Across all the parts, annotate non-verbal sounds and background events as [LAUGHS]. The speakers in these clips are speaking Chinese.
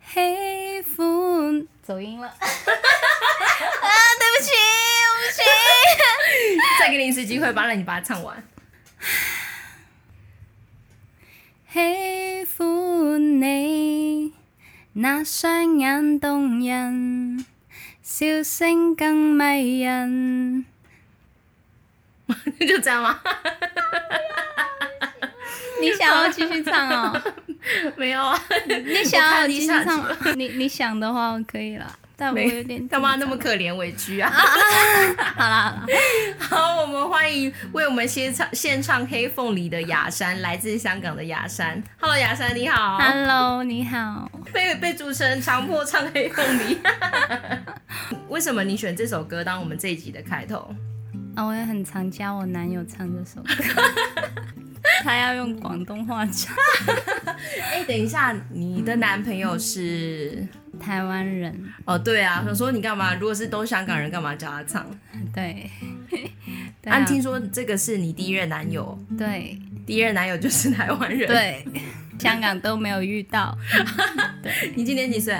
黑风，走音 [LAUGHS] 了，对不起，对不起。再给你一次机会，把让你把它唱完。 [LAUGHS] 喜歡你那雙眼動人，笑聲更迷人。就这样吗？你想要继续唱 [LAUGHS] 哦？ [LAUGHS] 没有啊，你想要我看继续下集唱 [LAUGHS] 吗？你你想的话，我可以了，但我有点 [LAUGHS] 没他妈那么紧可怜委屈啊！ [LAUGHS] 张好啦好啦，好，我们欢迎为我们献唱献唱《黑凤梨》的雅珊，来自香港的雅珊。Hello，雅珊你好。 [LAUGHS] Hello，你好。被被主持人强迫唱《黑凤梨》， [LAUGHS] 为什么你选这首歌当我们这一集的开头？啊，我也很常教我男友唱这首歌， [LAUGHS] 他要用广东话唱。哎、等一下，你的男朋友是？台湾人，哦，对啊，想说你干嘛？如果是都香港人，干嘛叫他唱？对，对啊，啊，听说这个是你第一任男友，对第一任男友就是台湾人。，对，香港都没有遇到。你今年几岁？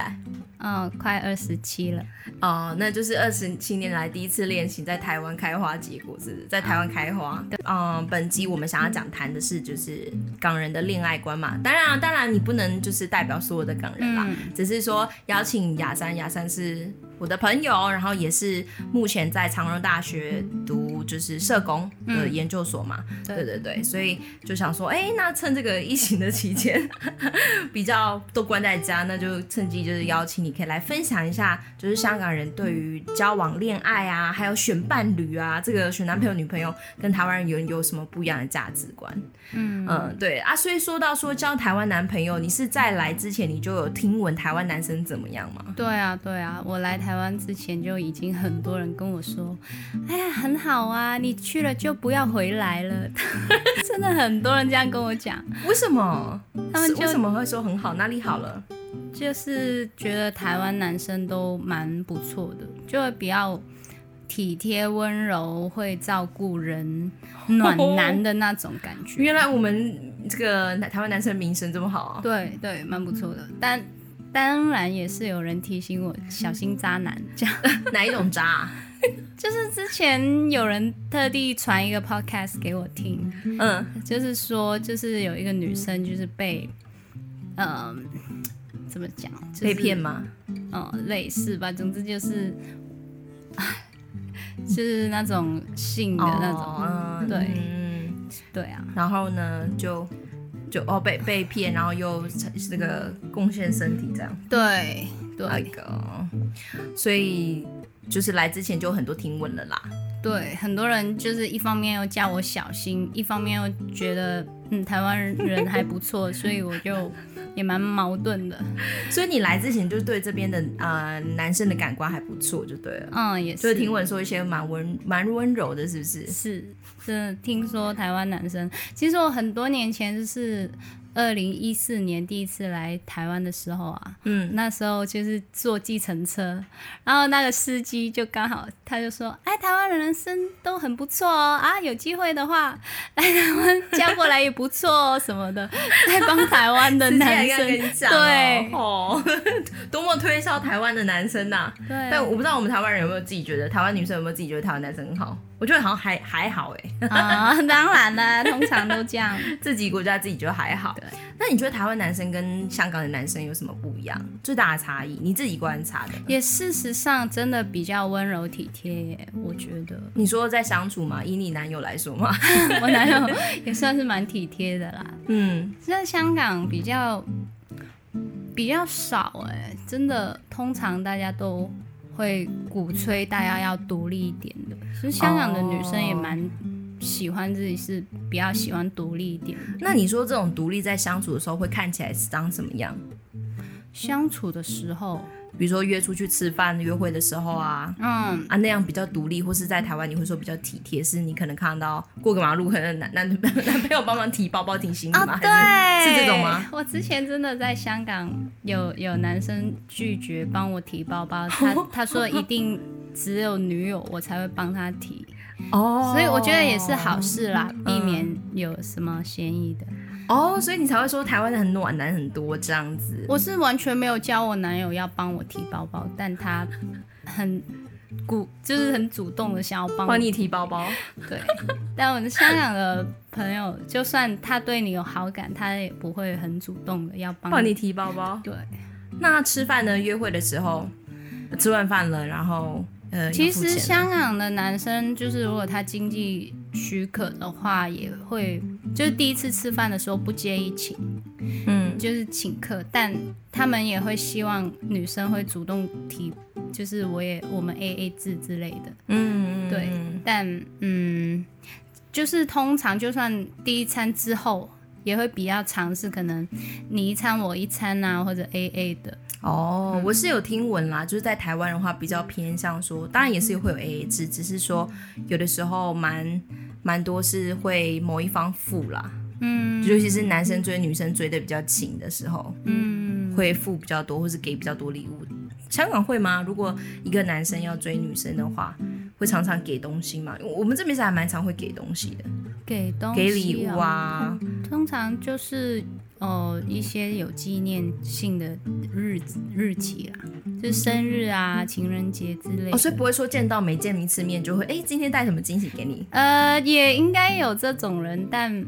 嗯，快二十七了。哦，那就是二十七年来第一次恋情在台湾开花结果，是不是在台湾开花。嗯，本集我们想要讲谈的是就是港人的恋爱观嘛。当然、啊，当然你不能就是代表所有的港人啦，嗯只是说邀请雅珊，雅珊是我的朋友，然后也是目前在长荣大学读就是社工的研究所嘛。对对对对，所以就想说，哎、那趁这个疫情的期间， [LAUGHS] 比较都关在家，那就趁机就是邀请你可以来分享一下，就是香港人对于交往、恋爱啊，还有选伴侣啊，这个选男朋友、女朋友跟台湾人有有什么不一样的价值观？嗯对啊，所以说到说交台湾男朋友，你是在来之前你就有听闻台湾男生怎么样吗？对啊，对啊，我来台湾之前就已经很多人跟我说，哎呀，很好啊，你去了就不要回来了， [LAUGHS] 真的很多人这样跟我讲，为什么？他们嗯是为就什么会说很好？哪里好了？就是觉得台湾男生都蛮不错的，就会比较体贴温柔，会照顾人，暖男的那种感觉。原来我们这个台湾男生名声这么好啊！对对，蛮不错嗯的，但当然也是有人提醒我小心渣男这样。 [LAUGHS] 哪一种渣、啊？就是之前有人特地传一个 podcast 给我听，嗯，就是说，就是有一个女生就是被，嗯、怎么讲，就是、被骗吗？嗯、类似吧，总之就是， [LAUGHS] 唉就是那种性的那种，哦嗯、对嗯对啊，然后呢，就就哦被被骗，然后又这个贡献身体这样，对那对个，所以就是来之前就有很多听闻了啦。对，很多人就是一方面又叫我小心，一方面又觉得嗯台湾人还不错，所以我就也蛮矛盾的，所以你来之前就对这边的呃男生的感官还不错，就对了。嗯，也就是是听闻说一些蛮温蛮温柔的，是不是？是，真的听说台湾男生，其实我很多年前就是二零一四年第一次来台湾的时候啊，嗯，那时候就是坐计程车，然后那个司机就刚好他就说，哎，台湾人生都很不错哦，啊，有机会的话哎来台湾嫁过来也不错哦什么的，在帮台湾的直接来 [LAUGHS] 男跟生，你讲对哦，哦多么推销台湾的男生呐、但我对不知道我们台湾人有没有自己觉得，台湾女生有没有自己觉得台湾男生很好？我觉得好像还还好哎、啊，当然啦，通常都这样。自己国家自己觉得还好。对，那你觉得台湾男生跟香港的男生有什么不一样？最大的差异，你自己观察的？也事实上真的比较温柔体贴耶，我觉得。你说在相处嘛，以你男友来说嘛，我男友也算是蛮体贴的啦，嗯，在香港比较比较少哎、真的，通常大家都会鼓吹大家要独立一点的。其实香港的女生也蛮喜欢自己是比较喜欢独立一点的，那你说这种独立在相处的时候会看起来是长什么样？相处的时候，比如说约出去吃饭、约会的时候啊。嗯，啊，那样比较独立，或是在台湾你会说比较体贴，是你可能看到过个马路，可能男男男朋友帮忙提包包、提行李啊吗？还啊是是这种吗？？我之前真的在香港有有男生拒绝帮我提包包， [LAUGHS] 他他说一定只有女友我才会帮他提。哦所以我觉得也是好事啦，避免有什么嫌疑的。哦，所以你才会说台湾的很暖男很多这样子。我是完全没有教我男友要帮我提包包，但他很鼓，就是很主动的想要帮我帮你提包包，对，但我的香港的朋友，就算他对你有好感，他也不会很主动的要帮帮你。提包包。对，那吃饭呢？约会的时候，吃完饭了，然后呃，其要付钱实了香港的男生，就是如果他经济许可的话，也会就是第一次吃饭的时候不介意请，嗯，就是请客，但他们也会希望女生会主动提，就是我也我们 A A 制之类的。嗯，嗯对嗯但嗯，就是通常就算第一餐之后，也会比较尝试可能你一餐我一餐啊，或者 A A 的。哦，我是有嗯听闻啦，就是在台湾的话比较偏向说，当然也是会有 AA 制，只是说有的时候蛮蛮多是会某一方付啦，嗯，尤其是男生追女生追的比较紧的时候，嗯，会付比较多，或是给比较多礼物。香港会吗？如果一个男生要追女生的话，会常常给东西吗？我们这边是还蛮常会给东西的，给东西、啊嗯给礼物，啊，通常就是呃一些有纪念性的日子日期啦，就是生日啊、情人节之类的。哦，所以不会说见到没见一次面就会，哎，今天带什么惊喜给你？呃，也应该有这种人，但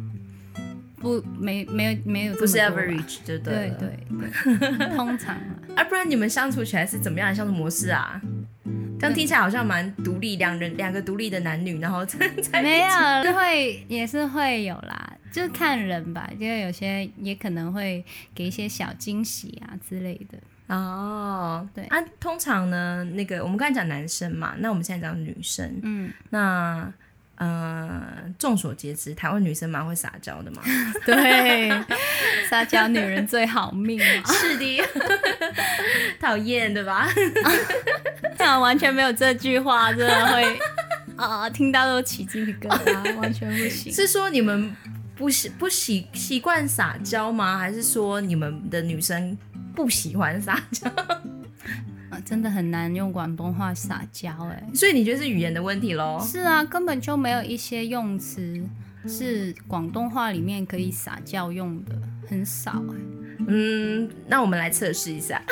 不没没有没有这不是么多吧啊 average 就对对了。对对，通常啦。啊，不然你们相处起来是怎么样的相处模式啊？这样听起来好像蛮独立，两人两个独立的男女，然后 [LAUGHS] 在在啊没有，会也是会有啦，就是看人吧，因为有些也可能会给一些小惊喜啊之类的。哦，对啊，通常呢，那个我们刚才讲男生嘛，那我们现在讲女生，嗯，那呃，众所皆知，台湾女生蛮会撒娇的嘛， [LAUGHS] 对，撒娇女人最好命 [LAUGHS] 啊，是的，讨厌对吧？但完全没有这句话，真的会啊、听到都起鸡皮疙瘩，完全不行。是说你们不习不习习惯撒娇吗？还是说你们的女生不喜欢撒娇？ [LAUGHS] 啊真的很难用广东话撒娇哎、所以你觉得是语言的问题喽？是啊，根本就没有一些用词是广东话里面可以撒娇用的，很少哎、嗯，那我们来测试一下。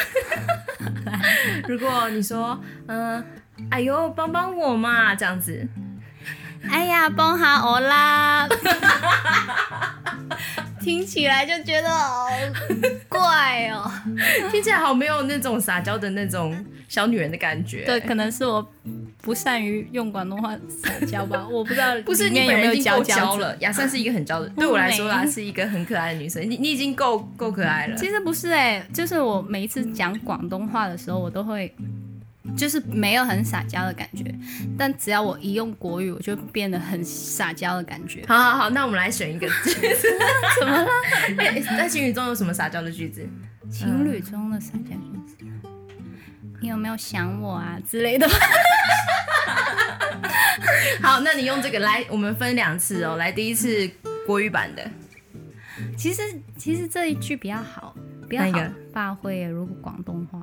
[LAUGHS] 如果你说，嗯、哎呦，帮帮我嘛，这样 [LAUGHS] 子，哎呀，帮下我啦！ [LAUGHS] 听起来就觉得好怪哦。听起来好没有那种撒娇的那种小女人的感觉。 [LAUGHS] 对，，可能是我不善于用广东话撒娇吧，我不知道不是里你面有本没人有已经够娇娇娇。嗯了，雅善是一个很娇的，对我来说啦，没是一个很可爱的女生。你你已经够够可爱了。其实不是哎、就是我每一次讲广东话的时候，我都会就是没有很撒娇的感觉，但只要我一用国语，我就变得很撒娇的感觉。好好好，那我们来选一个句子。怎么了？ [LAUGHS] 在情语中有什么撒娇的句子？情侣中的撒娇就是，你有没有想我啊之类的？ [LAUGHS] 好，那你用这个来，我们分两次哦。来，第一次国语版的，其实其实这一句比较好，比较哪一好个发挥耶。如果广东话，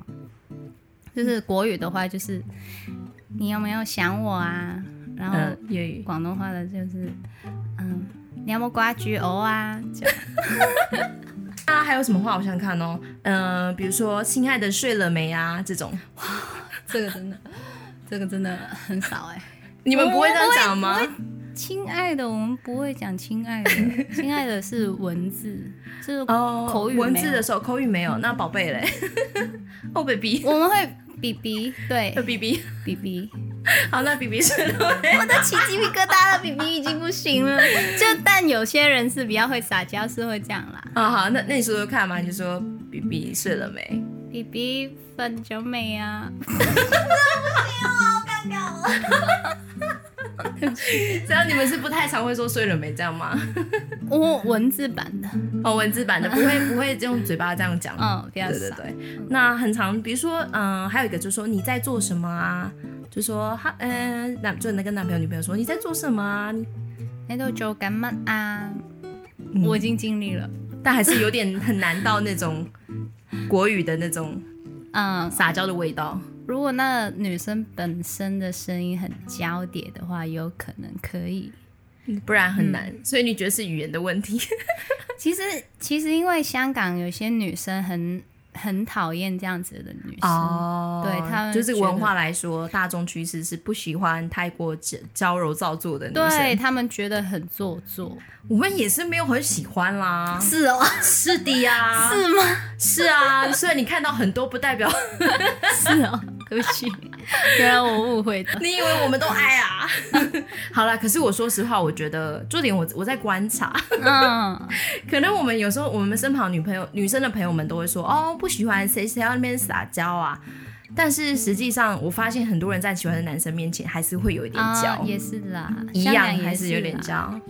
就是国语的话，就是你有没有想我啊？然后嗯，粤语。广东话的就是，嗯，你有没有挂住我啊？这样那还有什么话我想想看哦？呃，比如说“亲爱的，睡了没啊”这种，这个真的，这个真的很少哎。你们不会这样讲吗？亲爱的，我们不会讲亲爱的， [LAUGHS] 亲爱的是文字，就是哦，口语没有嗯文字的时候口语没有，那宝贝嘞， [LAUGHS] 哦，baby， [LAUGHS] 我们会比比，对呃，，b b 比比。好，那 b b 睡了 [LAUGHS] 没？我都起鸡皮疙瘩了，比比已经不行了。 [LAUGHS] 就但有些人是比较会撒娇，是会这样啦。啊，好，那那你说说看嘛，你就说 b b 睡了没？比比分久没啊？只要你们是不太常会说睡了没这样吗？我文字版的，哦，文字版的 [LAUGHS] 不会不会用嘴巴这样讲，嗯，比较对对少。对，那很常，比如说，嗯、还有一个就是说你在做什么啊？就说他，嗯、男就那跟男朋友女朋友说你在做什么啊？你那都做干嘛啊？我已经尽力了。但还是有点很难到那 [LAUGHS] 种国语的那种嗯，撒娇的味道。如果那女生本身的声音很娇嗲的话，有可能可以。不然很难。嗯所以你觉得是语言的问 [LAUGHS] 题？其实其实因为香港有些女生很很讨厌这样子的女生，哦对他们就是觉得文化来说，大众趋势是不喜欢太过矫矫揉造作的女对生。他们觉得很做作。我们也是没有很喜欢啦，是哦， [LAUGHS] 是的呀、是吗？是啊。虽然你看到很多，不 [LAUGHS] 代表。是哦，对不起，原来我误会了你以为我们都爱 [LAUGHS] 啊。好啦，可是我说实话，我觉得重点我我在观察，嗯，可能我们有时候我们身旁女朋友、女生的朋友们都会说，哦，不喜欢谁谁要那边撒娇啊。但是实际上，我发现很多人在喜欢的男生面前还是会有一点娇，啊，也是啦，一香样港也还是有点啦，娇，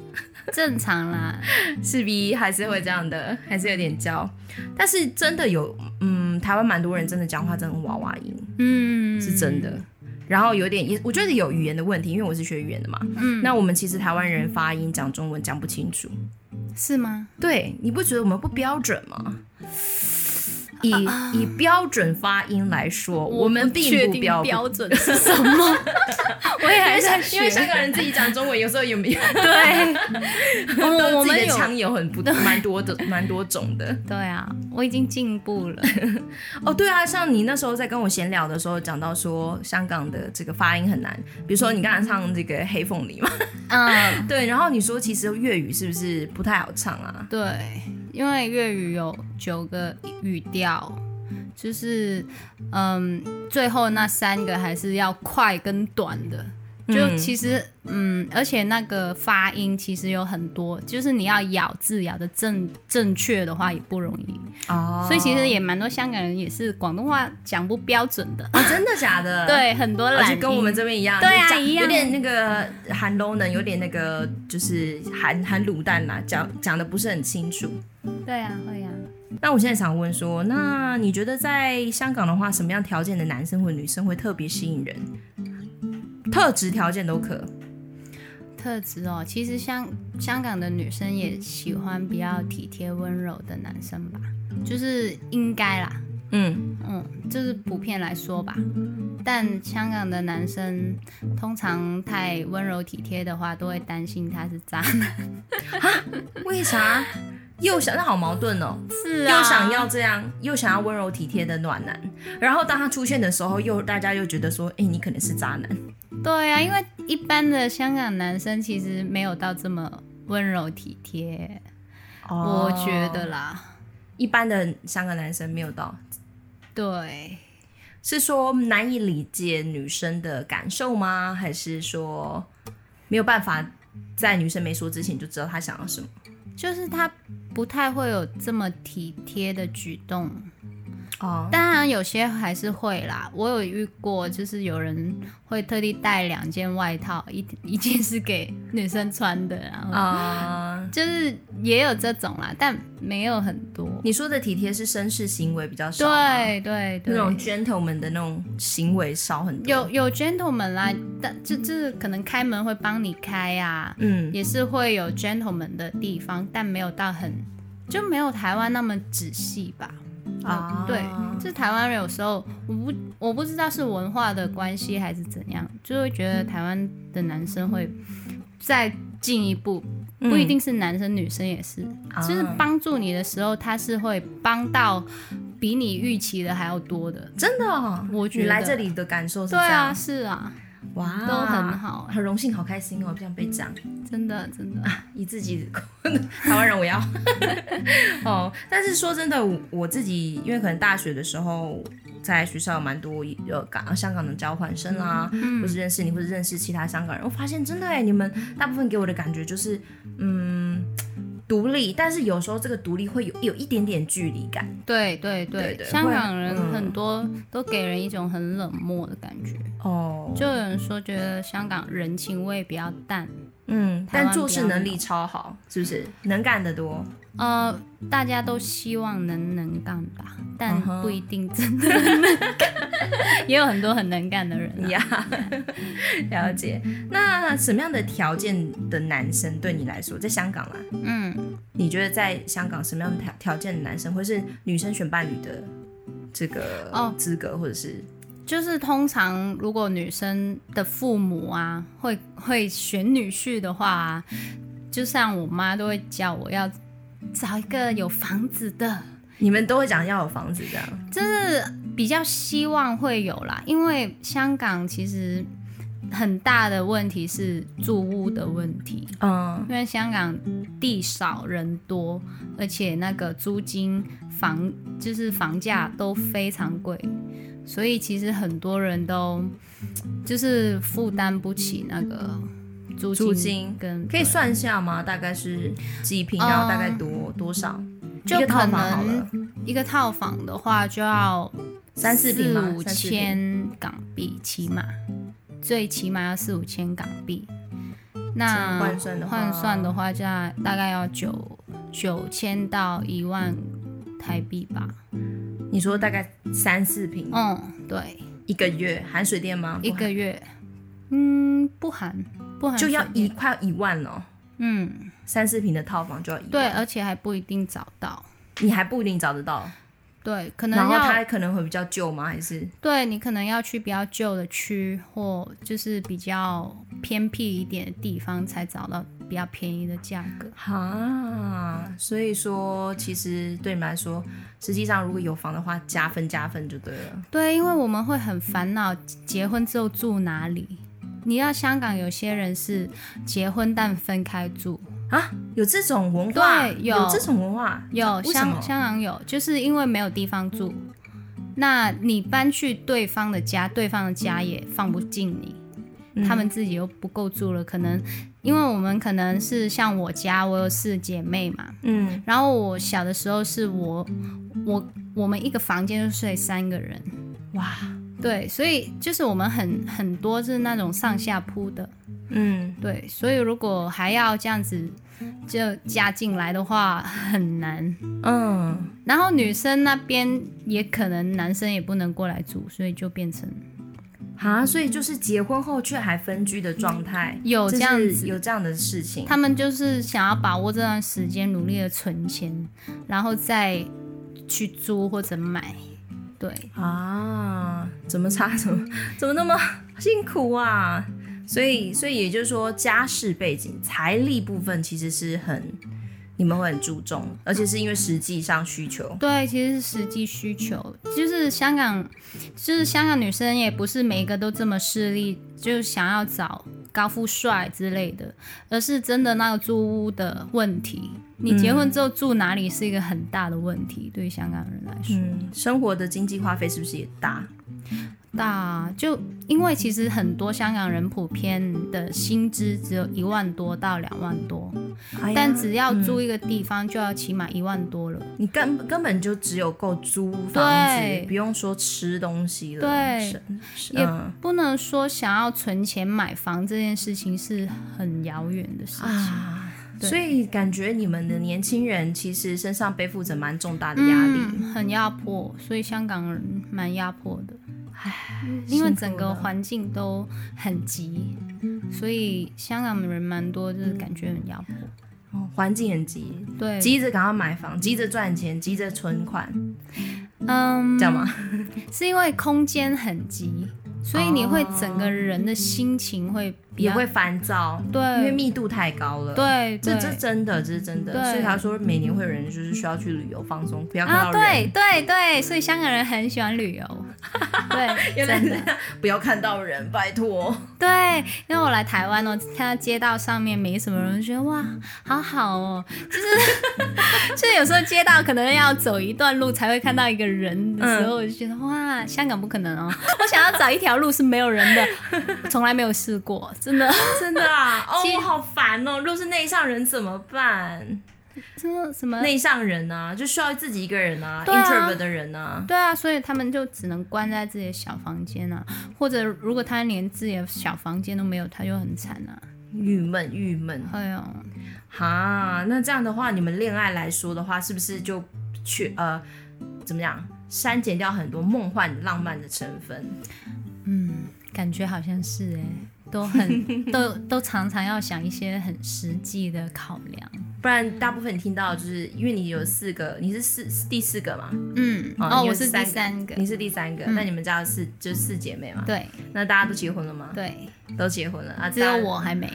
正常啦。是 B 还是会这样的，还是有点娇。但是真的有，嗯，台湾蛮多人真的讲话真的很娃娃音，嗯，是真的。然后有点也，我觉得有语言的问题，因为我是学语言的嘛。嗯，那我们其实台湾人发音讲中文讲不清楚，是吗？对，你不觉得我们不标准吗？以以标准发音来说，啊我们不并确不定标准。标准是什 [LAUGHS] 么，我也还在学因。为香港人自己讲中文，有时候有没有对，我我 [LAUGHS] 都自己们的有腔有很不蛮多的蛮多种的。对啊，我已经进步 [LAUGHS] 了。哦，对啊，像你那时候在跟我闲聊的时候，讲到说香港的这个发音很难，比如说你刚才唱这个黑凤梨嘛，嗯，对，然后你说其实粤语是不是不太好唱啊？对，因为粤语有九个语调，就是嗯，最后那三个还是要快跟短的。就嗯其实，嗯，而且那个发音其实有很多，就是你要咬字咬的正正确的话也不容易，哦所以其实也蛮多香港人也是广东话讲不标准的，哦，真的假的？。对，很多而懒且音啊跟我们这边一样，对啊就讲一样有点那个含 low 呢，有点那个就是含含卤蛋啦，讲讲的不是很清楚。对啊会啊，那我现在想问说，那你觉得在香港的话，什么样条件的男生或女生会特别吸引人？特质条件都可。特质哦，其嗯实香香港的女生也喜欢比较体贴温柔的男生吧，就是应该啦，嗯，嗯，就是普遍来说吧。但香港的男生通常太温柔体贴的话，都会担心他是渣男。为啥？ [LAUGHS] 又想那好矛盾哦，是又想要这样，又想要温柔体贴的暖男，然后当他出现的时候，又大家又觉得说，哎、你可能是渣男。对啊，因为一般的香港男生其实没有到这么温柔体贴，我觉得啦。哦一般的香港男生没有到，对，是说难以理解女生的感受吗？还是说没有办法在女生没说之前就知道她想要什么？就是他不太会有这么体贴的举动。哦，当然有些还是会啦，我有遇过，就是有人会特地带两件外套，一一件是给女生穿的，然后啊、就是也有这种啦，但没有很多。你说的体贴是绅士行为比较少啊吗，对对对，那种 gentleman 的那种行为少很多。有有 gentleman 啦，但就就是可能开门会帮你开啊呀、嗯，也是会有 gentleman 的地方，但没有到很就没有台湾那么仔细吧。啊对，就是台湾人有时候我不我不知道是文化的关系还是怎样，就会觉得台湾的男生会再进一步，不一定是男生女生也是，嗯啊就是帮助你的时候，他是会帮到比你预期的还要多的。真的哦、我觉得你来这里的感受是对这啊，样，是啊，哇，都很好哎很荣幸，好开心哦，这样被讲。真的真的，啊以自己台湾人我要 [LAUGHS] 哦，但是说真的，我我自己因为可能大学的时候在学校有蛮多呃港香港的交换生啦、或是认识你，或是认识其他香港人，我发现真的哎，你们大部分给我的感觉就是嗯独立，但是有时候这个独立会有有一点点距离感对对对，对对香港人嗯很多都给人一种很冷漠的感觉，哦，就有人说觉得香港人情味比较淡，嗯，台湾但做比事较能力超好，是不是能干得多？呃，大家都希望能能干吧，但嗯哼不一定真的能干， [LAUGHS] 也有很多很能干的人啊、 [LAUGHS] 呀， [LAUGHS] 了解。那什么样的条件的男生对你来说，在香港啦，啊嗯，你觉得在香港什么样的条条件的男生，或是女生选伴侣的这个哦资格，或者是就是通常如果女生的父母啊，会会选女婿的话、啊，就像我妈都会叫我要找一个有房子的，你们都会讲要有房子这样，就是比较希望会有啦，因为香港其实很大的问题是住屋的问题，嗯，因为香港地少人多，而且那个租金房就是房价都非常贵，所以其实很多人都就是负担不起那个租租金跟可以对算一下吗？大概是几平，嗯然后大概多多少？就一个套可房好能了，一个套房的话就要嗯三四平四吗？五三四平千港币起码，最起码要四五千港币。这样那换算的话换算的话，就要大概要九九千到一万台币吧。你说大概三四平嗯，对，一个月含水电吗？一不个月，嗯，不含不含含就要水一电快要一万了，嗯，三四平的套房就要一万，对，而且还不一定找到。你还不一定找得到。对，可能然后要它可能会比较旧吗？还是对你可能要去比较旧的区，或就是比较偏僻一点的地方，才找到比较便宜的价格。哈，所以说其实对你们来说，实际上如果有房的话，加分加分就对了。对，因为我们会很烦恼，结婚之后住哪里？你要香港有些人是结婚但分开住，啊有这种文化，对有这种文化，有为什么香香港有，就是因为没有地方住，那你搬去对方的家，对方的家也放不进你，嗯他们自己又不够住了，可能因为我们可能是像我家，我有四姐妹嘛，嗯然后我小的时候是我我我们一个房间就睡三个人，哇对，所以就是我们很很多是那种上下铺的，嗯，对，所以如果还要这样子就加进来的话很难。嗯，然后女生那边也可能男生也不能过来住，所以就变成哈，所以就是结婚后却还分居的状态，有这样是子。有这样的事情。他们就是想要把握这段时间，努力的存钱，然后再去租或者买。对，啊，怎么差？怎么 [LAUGHS] 怎么那么辛苦啊？所以，所以也就是说，家世背景、财力部分其实是很你们会很注重，而且是因为实际上需求。对，其实是实际需求，就是香港，就是香港女生也不是每一个都这么势利，就是想要找高富帅之类的，而是真的那个租屋的问题。你结婚之后住哪里是一个很大的问题，对于香港人来说，嗯，生活的经济花费是不是也大？大就因为其实很多香港人普遍的薪资只有一万多到两万多，哎呀但只要租一个地方就要起码一万多了。你根根本就只有够租房子对，不用说吃东西了。对是，是也嗯不能说想要存钱买房这件事情是很遥远的事情。啊，对所以感觉你们的年轻人其实身上背负着蛮重大的压力。嗯，很压迫，所以香港人蛮压迫的。唉，因辛苦为了整个环境都很急，所以香港人蛮多，就是感觉很压迫。嗯哦环境很急，对，急着赶快买房，急着赚钱，急着存款，嗯这，样吗？是因为空间很急，所以你会整个人的心情会比也较会烦躁，因为对密度太高了。，对这这对真的，这是真的。对所以他说，每年会有人就是需要去旅游放松，不要看啊，到人，对对对，所以香港人很喜欢旅游， [LAUGHS] 对， [LAUGHS] [LAUGHS] 原来真是的。这样不要看到人，拜托。对，因为我来台湾哦，看到街道上面没什么人，觉得哇，好好哦，就是 [LAUGHS] 就是有时候街道可能要走一段路才会看到一个人的时候，我就觉得哇，香港不可能哦， [LAUGHS] 我想要找一条路是没有人的， [LAUGHS] 从来没有试过， [LAUGHS] 真的， [LAUGHS] 真的啊， [LAUGHS] 哦其实，我好烦哦。若是内向人怎么办？真的什么？内向人啊，就需要自己一个人啊对啊，introvert 的人啊。对啊，所以他们就只能关在自己的小房间啊，或者如果他连自己的小房间都没有，他就很惨啊。郁闷，郁闷。哎呦，哈，那这样的话，你们恋爱来说的话，是不是就去呃怎么样删减掉很多梦幻浪漫的成分？嗯，感觉好像欸嗯 [LAUGHS] 是哎、都很都都常常要想一些很实际的考量。不然大部分你听到就是因为你有四个，你是四是第四个嘛，嗯，哦哦，你有我是第三个嗯三个，你是第三个，那你们家是就是四姐妹嘛？嗯对那大家都结婚了吗？对，都结婚了啊，只有嗯大家我还 [LAUGHS] 没。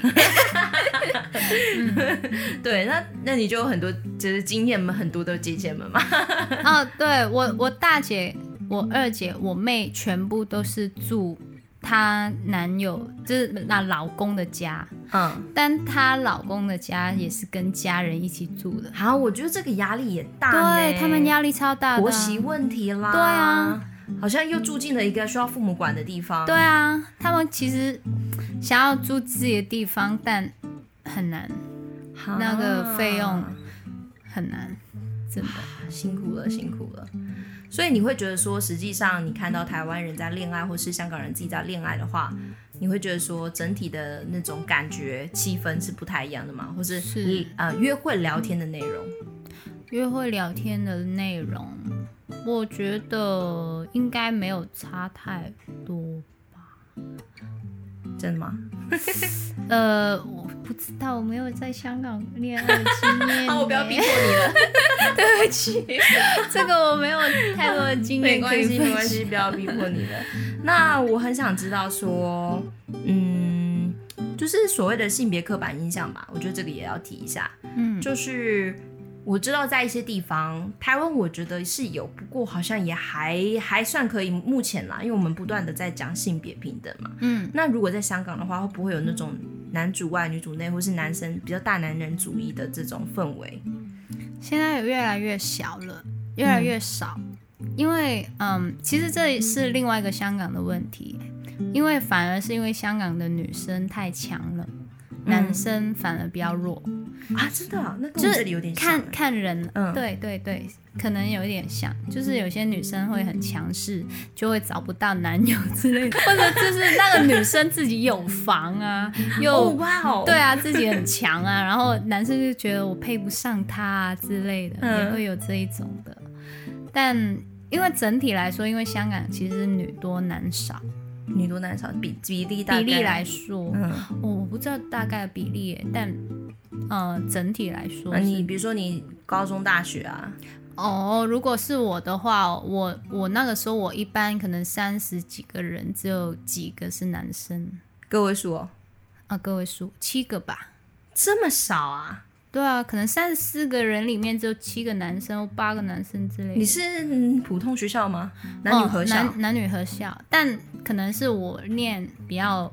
对，那那你就有很多就是经验们很多的姐姐 [LAUGHS] 们嘛，哦，对我我大姐、我二姐、我妹全部都是住她男友，就是那老公的家，嗯，但她老公的家也是跟家人一起住的。好，我觉得这个压力也大呢，对他们压力超大的婆啊、媳问题啦，对啊，好像又住进了一个需要父母管的地方，对，啊，他们其实想要住自己的地方，但很难，那个费用啊很难，真的。辛苦了，辛苦了。所以你会觉得说，实际上你看到台湾人在恋爱，或是香港人自己在恋爱的话，你会觉得说整体的那种感觉气氛是不太一样的嘛，或是是呃约会聊天的内容，约会聊天的内容，我觉得应该没有差太多真的吗？呃，我不知道，我没有在香港恋爱的经验。 [LAUGHS] 欸啊，我不要逼迫你了，对不起， [LAUGHS] 这个，我没有太多的经嗯 [LAUGHS] 没验可关以系，分没关系，不要逼迫你了。那我很想知道说，嗯，就是所谓的性别刻板印象吧，我觉得这个也要提一下。嗯，就是我知道在一些地方，台湾我觉得是有，不过好像也还还算可以。目前啦，因为我们不断的在讲性别平等嘛。嗯，那如果在香港的话，会不会有那种男主外女主内，或是男生比较大男人主义的这种氛围？现在也越来越小了，越来越少，因为嗯，其实这是另外一个香港的问题，因为反而是因为香港的女生太强了，嗯男生反而比较弱，啊，真的、啊，那跟我们这里有点像欸看看人，嗯对对对。可能有一点像，就是有些女生会很强势，就会找不到男友之类的，或者就是那个女生自己有房啊，又、哦，哇哦，对，啊，自己很强啊，然后男生就觉得我配不上她啊之类的，嗯也会有这一种的。但因为整体来说，因为香港其实女多男少，女多男少比比例大概比例来说，嗯，我我不知道大概的比例耶，但呃，整体来说那是你比如说你高中大学啊，哦，如果是我的话，我我那个时候我一般可能三十几个人，只有几个是男生个位数哦，啊，各位数七个吧。这么少啊？对啊，可能三十四个人里面只有七个男生、八个男生之类的。你是嗯普通学校吗？男女合校？哦男男女合校，但可能是我念比较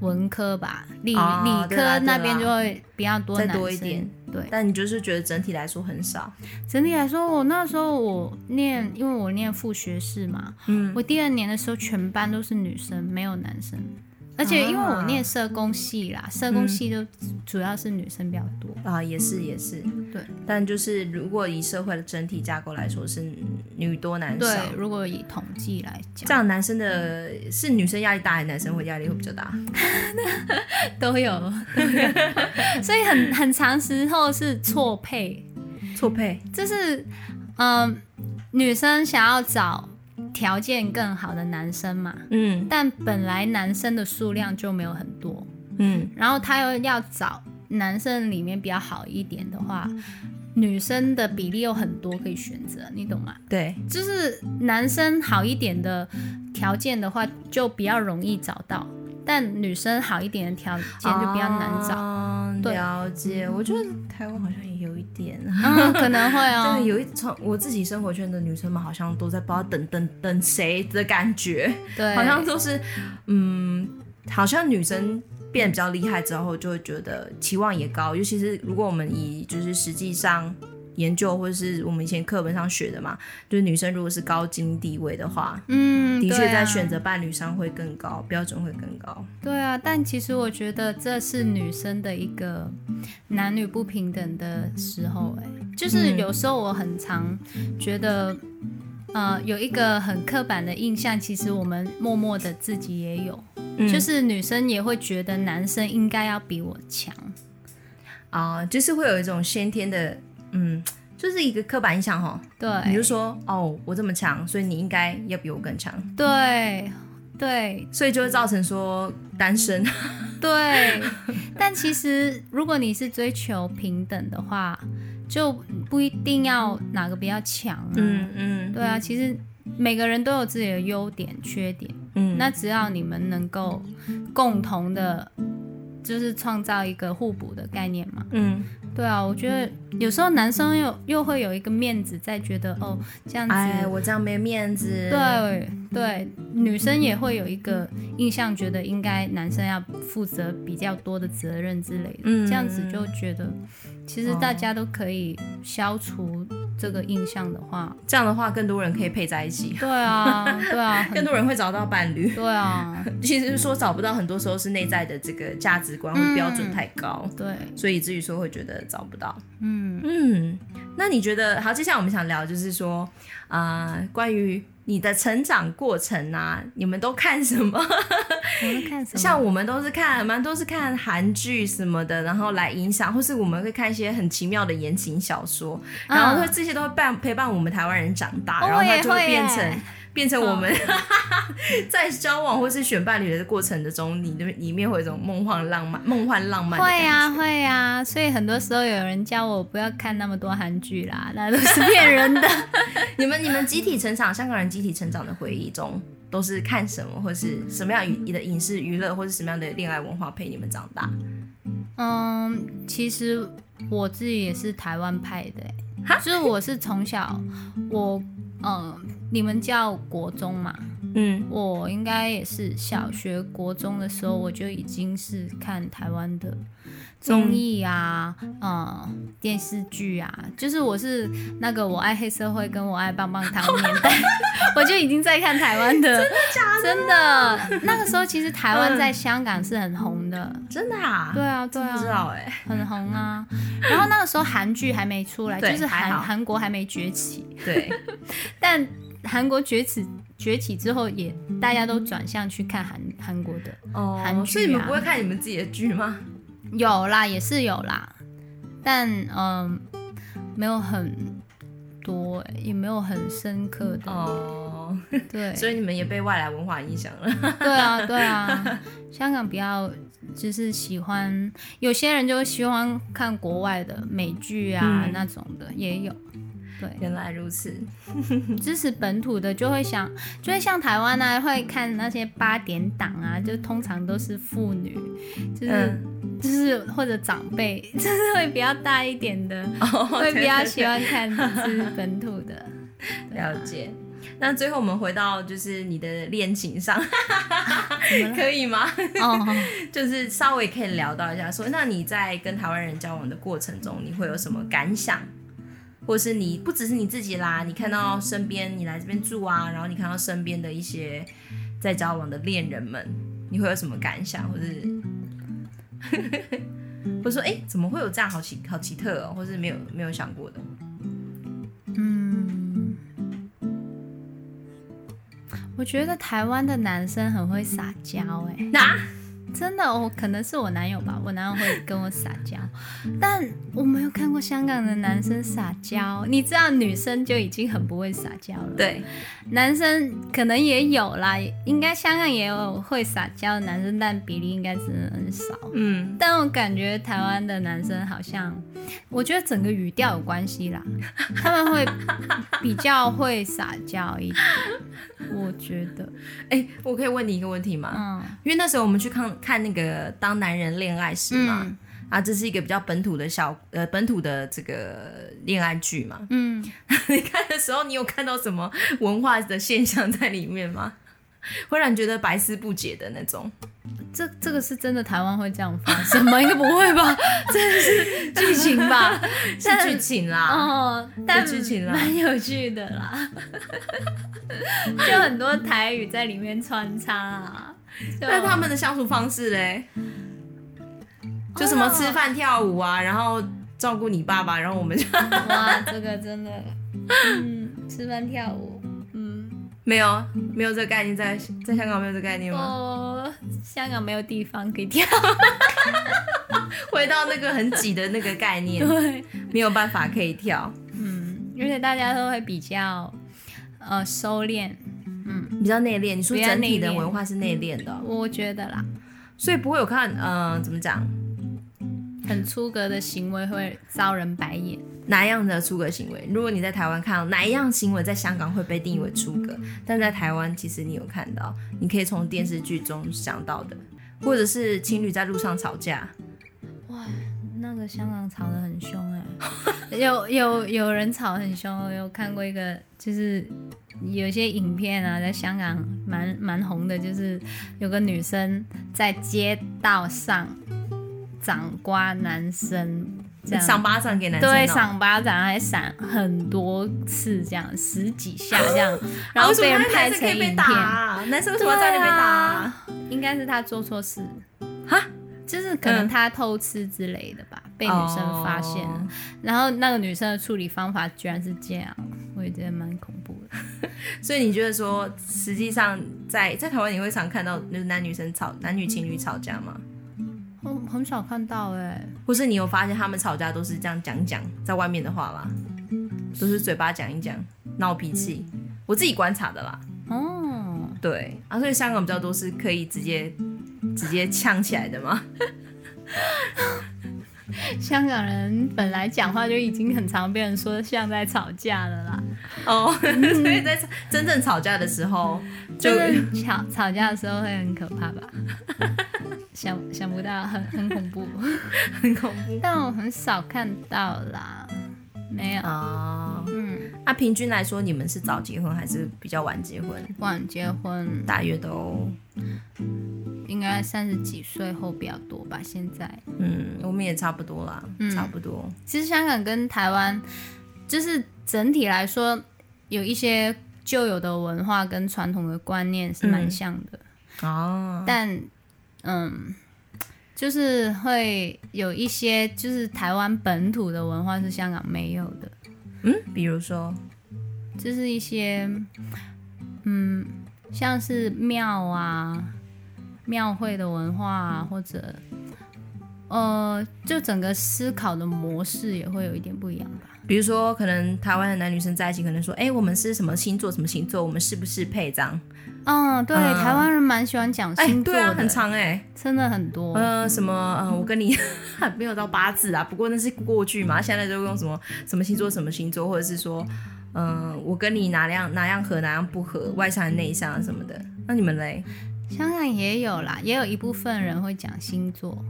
文科吧，理、哦理对啦科那对啦啊边就会比较多再男生。多一点对，但你就是觉得整体来说很少，整体来说，我那时候我念，因为我念副学士嘛，嗯，我第二年的时候全班都是女生，没有男生。而且因为我念社工系啦，社工系就主要是女生比较多。啊，也是也是，对。但就是如果以社会的整体架构来说，是女多男少，对，如果以统计来这讲，样男生的是女生压力大，还是男生会压力会比较大？都有，都有 [LAUGHS] 所以很很长时候是错配。错配就是，嗯、女生想要找条件更好的男生嘛，嗯但本来男生的数量就没有很多，嗯，然后她又要找男生里面比较好一点的话，女生的比例有很多可以选择，你懂吗？对，就是男生好一点的条件的话，就比较容易找到，但女生好一点的条件就比较难找，啊对了解，我觉得台湾好像也有一点。啊嗯，可能会哦 [LAUGHS] 对，。有一从我自己生活圈的女生们，好像都在不知道等等等谁的感觉。对， [LAUGHS] 好像都是，嗯，好像女生变得比较厉害之后，就会觉得期望也高，尤其是如果我们以就是实际上研究或者是我们以前课本上学的嘛，就是女生如果是高经地位的话，嗯，的确对啊在选择伴侣上会更高，标准会更高。对啊，但其实我觉得这是女生的一个男女不平等的时候、欸，就是嗯有时候我很常觉得，呃，有一个很刻板的印象，其实我们默默的自己也有，嗯就是女生也会觉得男生应该要比我强，啊、就是会有一种先天的，嗯，就是一个刻板印象哈。你就对，说哦，我这么强，所以你应该要比我更强，对，对，所以就会造成说单身。对，但其实如果你是追求平等的话，就不一定要哪个比较强、啊。嗯嗯，对啊，其实每个人都有自己的优点、缺点，嗯，那只要你们能够共同的，就是创造一个互补的概念嘛。嗯，对啊，我觉得有时候男生又又会有一个面子，在觉得哦这样子，哎，我这样没面子。，对对，女生也会有一个印象，觉得应该男生要负责比较多的责任之类的，嗯哦这样子就觉得其实大家都可以消除这个印象的 [LAUGHS] 话，这样的话更多人可以配在一起，对啊，对啊，很更多人会找到伴侣。 [LAUGHS] 对啊，其实说找不到，很多时候是内在的这个价值观嗯或标准太高，对，所以以至于说会觉得找不到。嗯嗯，那你觉得好？接下来我们想聊就是说，呃，关于你的成长过程啊，你们都看什么？我在看什么？像我们都是看，蛮都是看韩剧什么的，然后来影响，或是我们会看一些很奇妙的言情小说，嗯然后会这些都会伴陪伴我们台湾人长大，哦然后它就我也会会变耶嗯成变成我们 [LAUGHS] 在交往或是选伴侣的过程的中，你的里面会有一种梦幻浪漫、梦幻浪漫的感会觉。啊会啊，所以很多时候有人叫我不要看那么多韩剧啦，那都 [LAUGHS] 是骗人的。你们你们集体成长，香港人集体成长的回忆中，都是看什么，或是什么样娱的影视娱乐，或是什么样的恋爱文化陪你们长大？嗯，其实我自己也是台湾派的欸、就是我是从小我嗯，你们叫国中嘛，嗯，我应该也是小学、国中的时候，我就已经是看台湾的综艺啊、嗯、电视剧啊，就是我是那个我爱黑社会跟我爱棒棒糖年代， [LAUGHS] 我就已经在看台湾的，真的真的。那个时候其实台湾在香港是很红的，真的嗯啊，对啊，对不知啊，道哎、很红啊。然后那个时候韩剧还没出来，对就是还韩好韩国还没崛起，对，但韩国崛起崛起之后也，大家都转向去看韩韩国的，哦韩剧啊所以你们不会看你们自己的剧吗？有啦，也是有啦，但嗯，没有很多、欸也没有很深刻 [LAUGHS] 的，哦，对，所以你们也被外来文化影响了。 [LAUGHS] 对啊，对啊，香港比较就是喜欢，有些人就喜欢看国外的美剧啊、嗯那种的也有，对，原来如此，支持本土的就会想，就会像台湾啊，会看那些八点档啊，就通常都是妇女，就是、嗯，就是或者长辈， [LAUGHS] 就是会比较大一点的，哦 [LAUGHS] 会比较喜。对对欢看支持本土的。对了解。那最后我们回到就是你的恋情上，怎么了 [LAUGHS] 可以吗？哦，就是稍微可以聊到一下说那你在跟台湾人交往的过程中，你会有什么感想？或是你不只是你自己啦，你看到身边你来这边住啊，然后你看到身边的一些在交往的恋人们，你会有什么感想？或是 [LAUGHS] 或者说，哎、怎么会有这样好奇好奇特哦，或是没有没有想过的？嗯， [LAUGHS] 我觉得台湾的男生很会撒娇、欸，哎，那、真的，我可能是我男友吧，我男友会跟我撒娇，但我没有看过香港的男生撒娇。你知道，女生就已经很不会撒娇了，，对，男生可能也有啦，应该香港也有会撒娇的男生，但比例应该真的很少。嗯，但我感觉台湾的男生好像，我觉得整个语调有关系啦， [LAUGHS] 他们会比较会撒娇一点，我觉得，哎、我可以问你一个问题吗？嗯因为那时候我们去看看那个《当男人恋爱时》嘛，嗯啊，这是一个比较本土的小呃本土的这个恋爱剧嘛。嗯。 [LAUGHS] 你看的时候，你有看到什么文化的现象在里面吗？会让你觉得百思不解的那 [LAUGHS] 种，这这个是真的台湾会这样发生吗？应该不会吧，这是剧情 [LAUGHS] 吧？是剧情啦。 [LAUGHS] [LAUGHS] 哦，但是剧情啦蛮有趣的 [LAUGHS] 啦，就很多台语在里面穿插啊。就那、他们的相处方式嘞，就什么吃饭、跳舞啊，然后照顾你爸爸，然后我们就 [LAUGHS] [LAUGHS] 哇，这个真的，嗯，吃饭跳舞，嗯，没有没有这个概念在在香港没有这个概念吗？哦，香港没有地方可以跳，回到那个很挤的那个 [LAUGHS] 概念，对，没有办法可以跳，嗯，而且大家都会比较呃收敛，比较内敛。你说比较整体内的敛文化是内敛的哦、我觉得啦，所以不会有看，嗯、怎么讲，很出格的行为会遭人白眼。哪样的出格行为？如果你在台湾看到哪一样行为，在香港会被定义为出格，但在台湾其实你有看到，你可以从电视剧中想到的，或者是情侣在路上吵架，哇，那个香港吵得很凶哎、有有有人吵很凶，我有看过一个，就是有一些影片啊，在香港蛮蛮红的，就是有个女生在街道上掌掴男生，这样赏巴掌给男生、哦对，。赏巴掌还闪很多次，这样十几下这 [LAUGHS] 样，然后啊为什么被人那拍男生成可以被影片打、。啊，男生为什么要在那边打、啊？应该是他做错事，哈，嗯就是可能他偷吃之类的吧，啊被女生发现了。哦然后那个女生的处理方法居然是这样，我也觉得蛮恐怖的。所以你觉得说，实际上在在台湾你会常看到就是男女生吵、男女情侣吵架吗？我很少看到哎、或是你有发现他们吵架都是这样讲讲，在外面的话啦，都是嘴巴讲一讲，闹脾气。我自己观察的啦，哦，对啊，所以香港比较多是可以直接直接呛起来的嘛。香港人本来讲话就已经很常被人说像在吵架了啦，哦， [LAUGHS] 所以在真正吵架的时候，就真 [LAUGHS] 的吵吵架的时候会很可怕吧？ [LAUGHS] 想想不到，很很恐怖，很恐怖但我很少看到啦，没有，啊。嗯，那、平均来说，你们是早结婚还是比较晚结婚？晚结婚大约都，应该三十几岁后比较多吧，现在。嗯，我们也差不多啦，嗯差不多。其实香港跟台湾，就是整体来说，有一些旧有的文化跟传统的观念是蛮像的，哦，但嗯，就是会有一些就是台湾本土的文化是香港没有的，嗯，比如说，就是一些嗯，像是庙啊、庙会的文化啊，或者。呃，就整个思考的模式也会有一点不一样吧。比如说，可能台湾的男女生在一起，可能说，哎、我们是什么星座，什么星座，我们适不适配这样？嗯，对，嗯台湾人蛮喜欢讲哎、哦星座对的，哦啊，很长哎、真的很多。呃，什么，嗯、我跟你 [LAUGHS] 没有到八字啊，不过那是过去嗯嘛，现在就用什么什么星座，什么星座，或者是说，嗯、我跟你哪样哪样合，哪样不合，外向内向啊什么的。那你们嘞，嗯香港也有啦，也有一部分人会讲星座，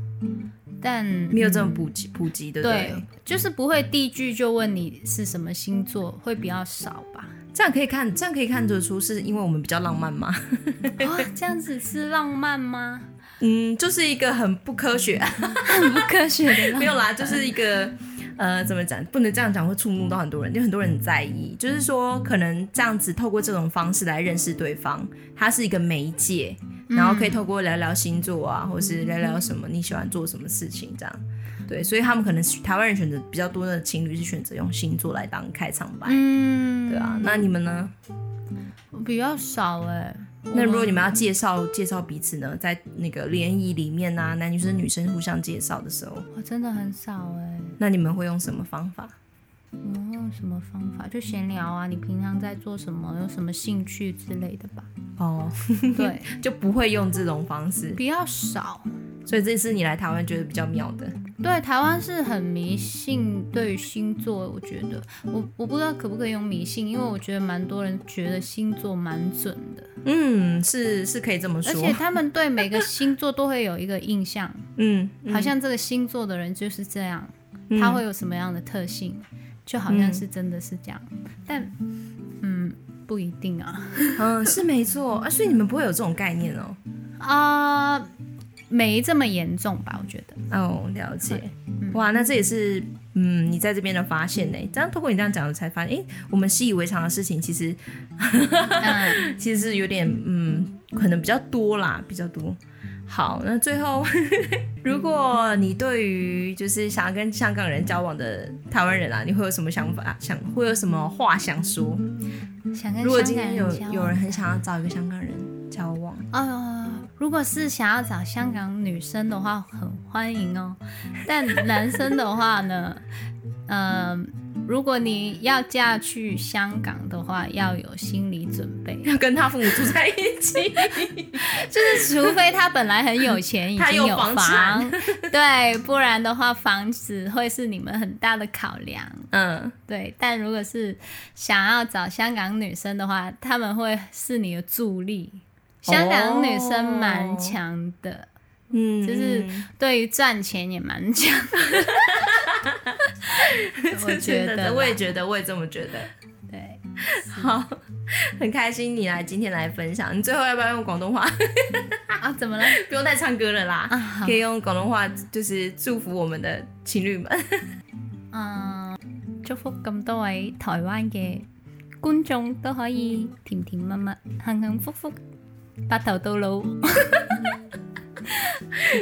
但没有这种普及普及，对不对？对，就是不会第一句就问你是什么星座，会比较少 [LAUGHS] 吧。这样可以看，这样可以看得出，是因为我们比较浪漫吗？哦，这样子是浪漫吗？嗯，就是一个很不科学， [LAUGHS] 很不科学的浪没有啦，就是一个呃，怎么讲？不能这样讲，会触怒到很多人，因为很多人很在意。就是说，可能这样子透过这种方式来认识对方，它是一个媒介，然后嗯可以透过聊聊星座啊，或是聊聊什么你喜欢做什么事情这样。对，所以他们可能台湾人选择比较多的情侣是选择用星座来当开场白，嗯，对啊。那你们呢？比较少哎、我那如果你们要介绍介绍彼此呢，在那个联谊里面啊，男女生女生互相介绍的时候，我哦真的很少哎、那你们会用什么方法？我会用什么方法？就闲聊啊，你平常在做什么，有什么兴趣之类的吧。哦， [LAUGHS] 对，就不会用这种方式，比较少。所以这次你来台湾觉得比较妙的，对，台湾是很迷信对于星座，我觉得我我不知道可不可以用迷信，因为我觉得蛮多人觉得星座蛮准的，嗯，是是可以这么而说，且他们对每个星座都会有一个印象，嗯，好像这个星座的人就是这样，嗯他会有什么样的特性，就好像是真的是这样，但嗯不一定啊 [LAUGHS] 嗯是没错啊，所以你们不会有这种概念哦，啊、没这么严重吧？我觉 [LAUGHS] 得哦，了解对，哇，那这也是嗯你在这边的发现呢，这样通过你这样讲，我才发现，哎，我们习以为常的事情其实嗯其实是有点嗯，可能比较多啦，比较多。好，那最后， [LAUGHS] 如果你对于就是想要跟香港人交往的台湾人啊，你会有什么想法？想会有什么话想说？想跟如果香今港天有交往有人很想要找一个香港人交往， [LAUGHS] 呃，如果是想要找香港女生的 [LAUGHS] 话，很欢迎哦。但男生的话呢，嗯、如果你要嫁去香港的话，要有心理准备， [LAUGHS] 要跟他父母住在一起，就是除非他本来很有 [LAUGHS] 钱，已他经有有房房， [LAUGHS] 对，不然的话房子会是你们很大的考量。嗯，对，但如果是想要找香港女生的话，他们会是你的助力。哦香港女生蛮强的，嗯， [LAUGHS] 就是对于赚钱也蛮强的 [LAUGHS] 我觉真得的啦，我也觉得，我也这么觉得。对，好， [LAUGHS] 很开心你来今天来分享。你最后要不要用广东话？啊，怎么了？不用再唱歌了啦，啊，好可，以用广东话，就是祝福我们的情侣们。 [LAUGHS] 嗯，祝福咁多位台灣嘅觀眾都可以甜甜蜜蜜、幸幸福福、白頭到老。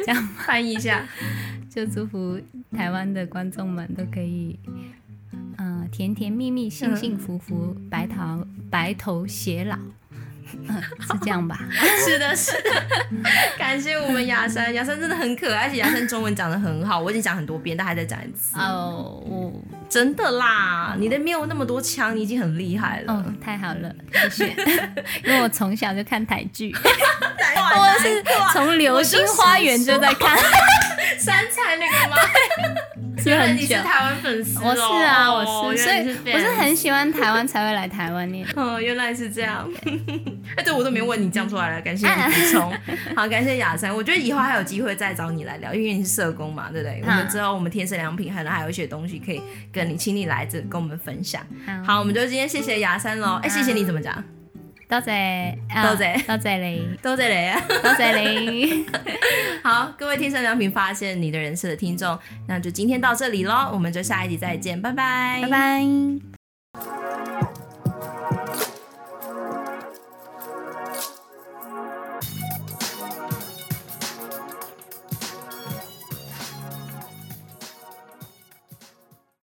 这样翻译一下，就祝福台湾的观众们都可以，呃，甜甜蜜蜜、幸幸福福、白头白头偕老，呃是这样吧？是的，是的， [LAUGHS] 感谢我们雅珊，雅珊真的很可爱，而且雅珊中文讲的很好，我已经讲很多遍，但还在讲一次， [LAUGHS] 哦，我真的啦，你的没有那么多腔，你已经很厉害了。哦，太好了，嗯谢 [LAUGHS] 谢，因为我从小就看台剧，难怪我是从《流星花园》就在看，山菜那 [LAUGHS] 个吗？是很你是久。台湾粉丝、哦，我是啊，哦我是，原所来以你是我 fan 是很喜欢台湾，才会来台湾念。 [LAUGHS] 哦，原来是这样。 [LAUGHS] 哎，对我都没问你讲出来了，感谢你 [LAUGHS] 补充。好，感谢雅珊，我觉得以后还有机会再找你来聊，因为你是社工嘛，对不对？嗯我们之后我们天生良品还能还有一些东西可以跟你，请你来这跟我们分享。好，我们就今天谢谢雅珊喽。哎，谢谢你怎么讲？多謝，啊多謝多謝你，都在雷啊。多謝你， [LAUGHS] 好，各位天生良品发现你的人设的听众，那就今天到这里喽，我们就下一集再见，拜拜，拜拜。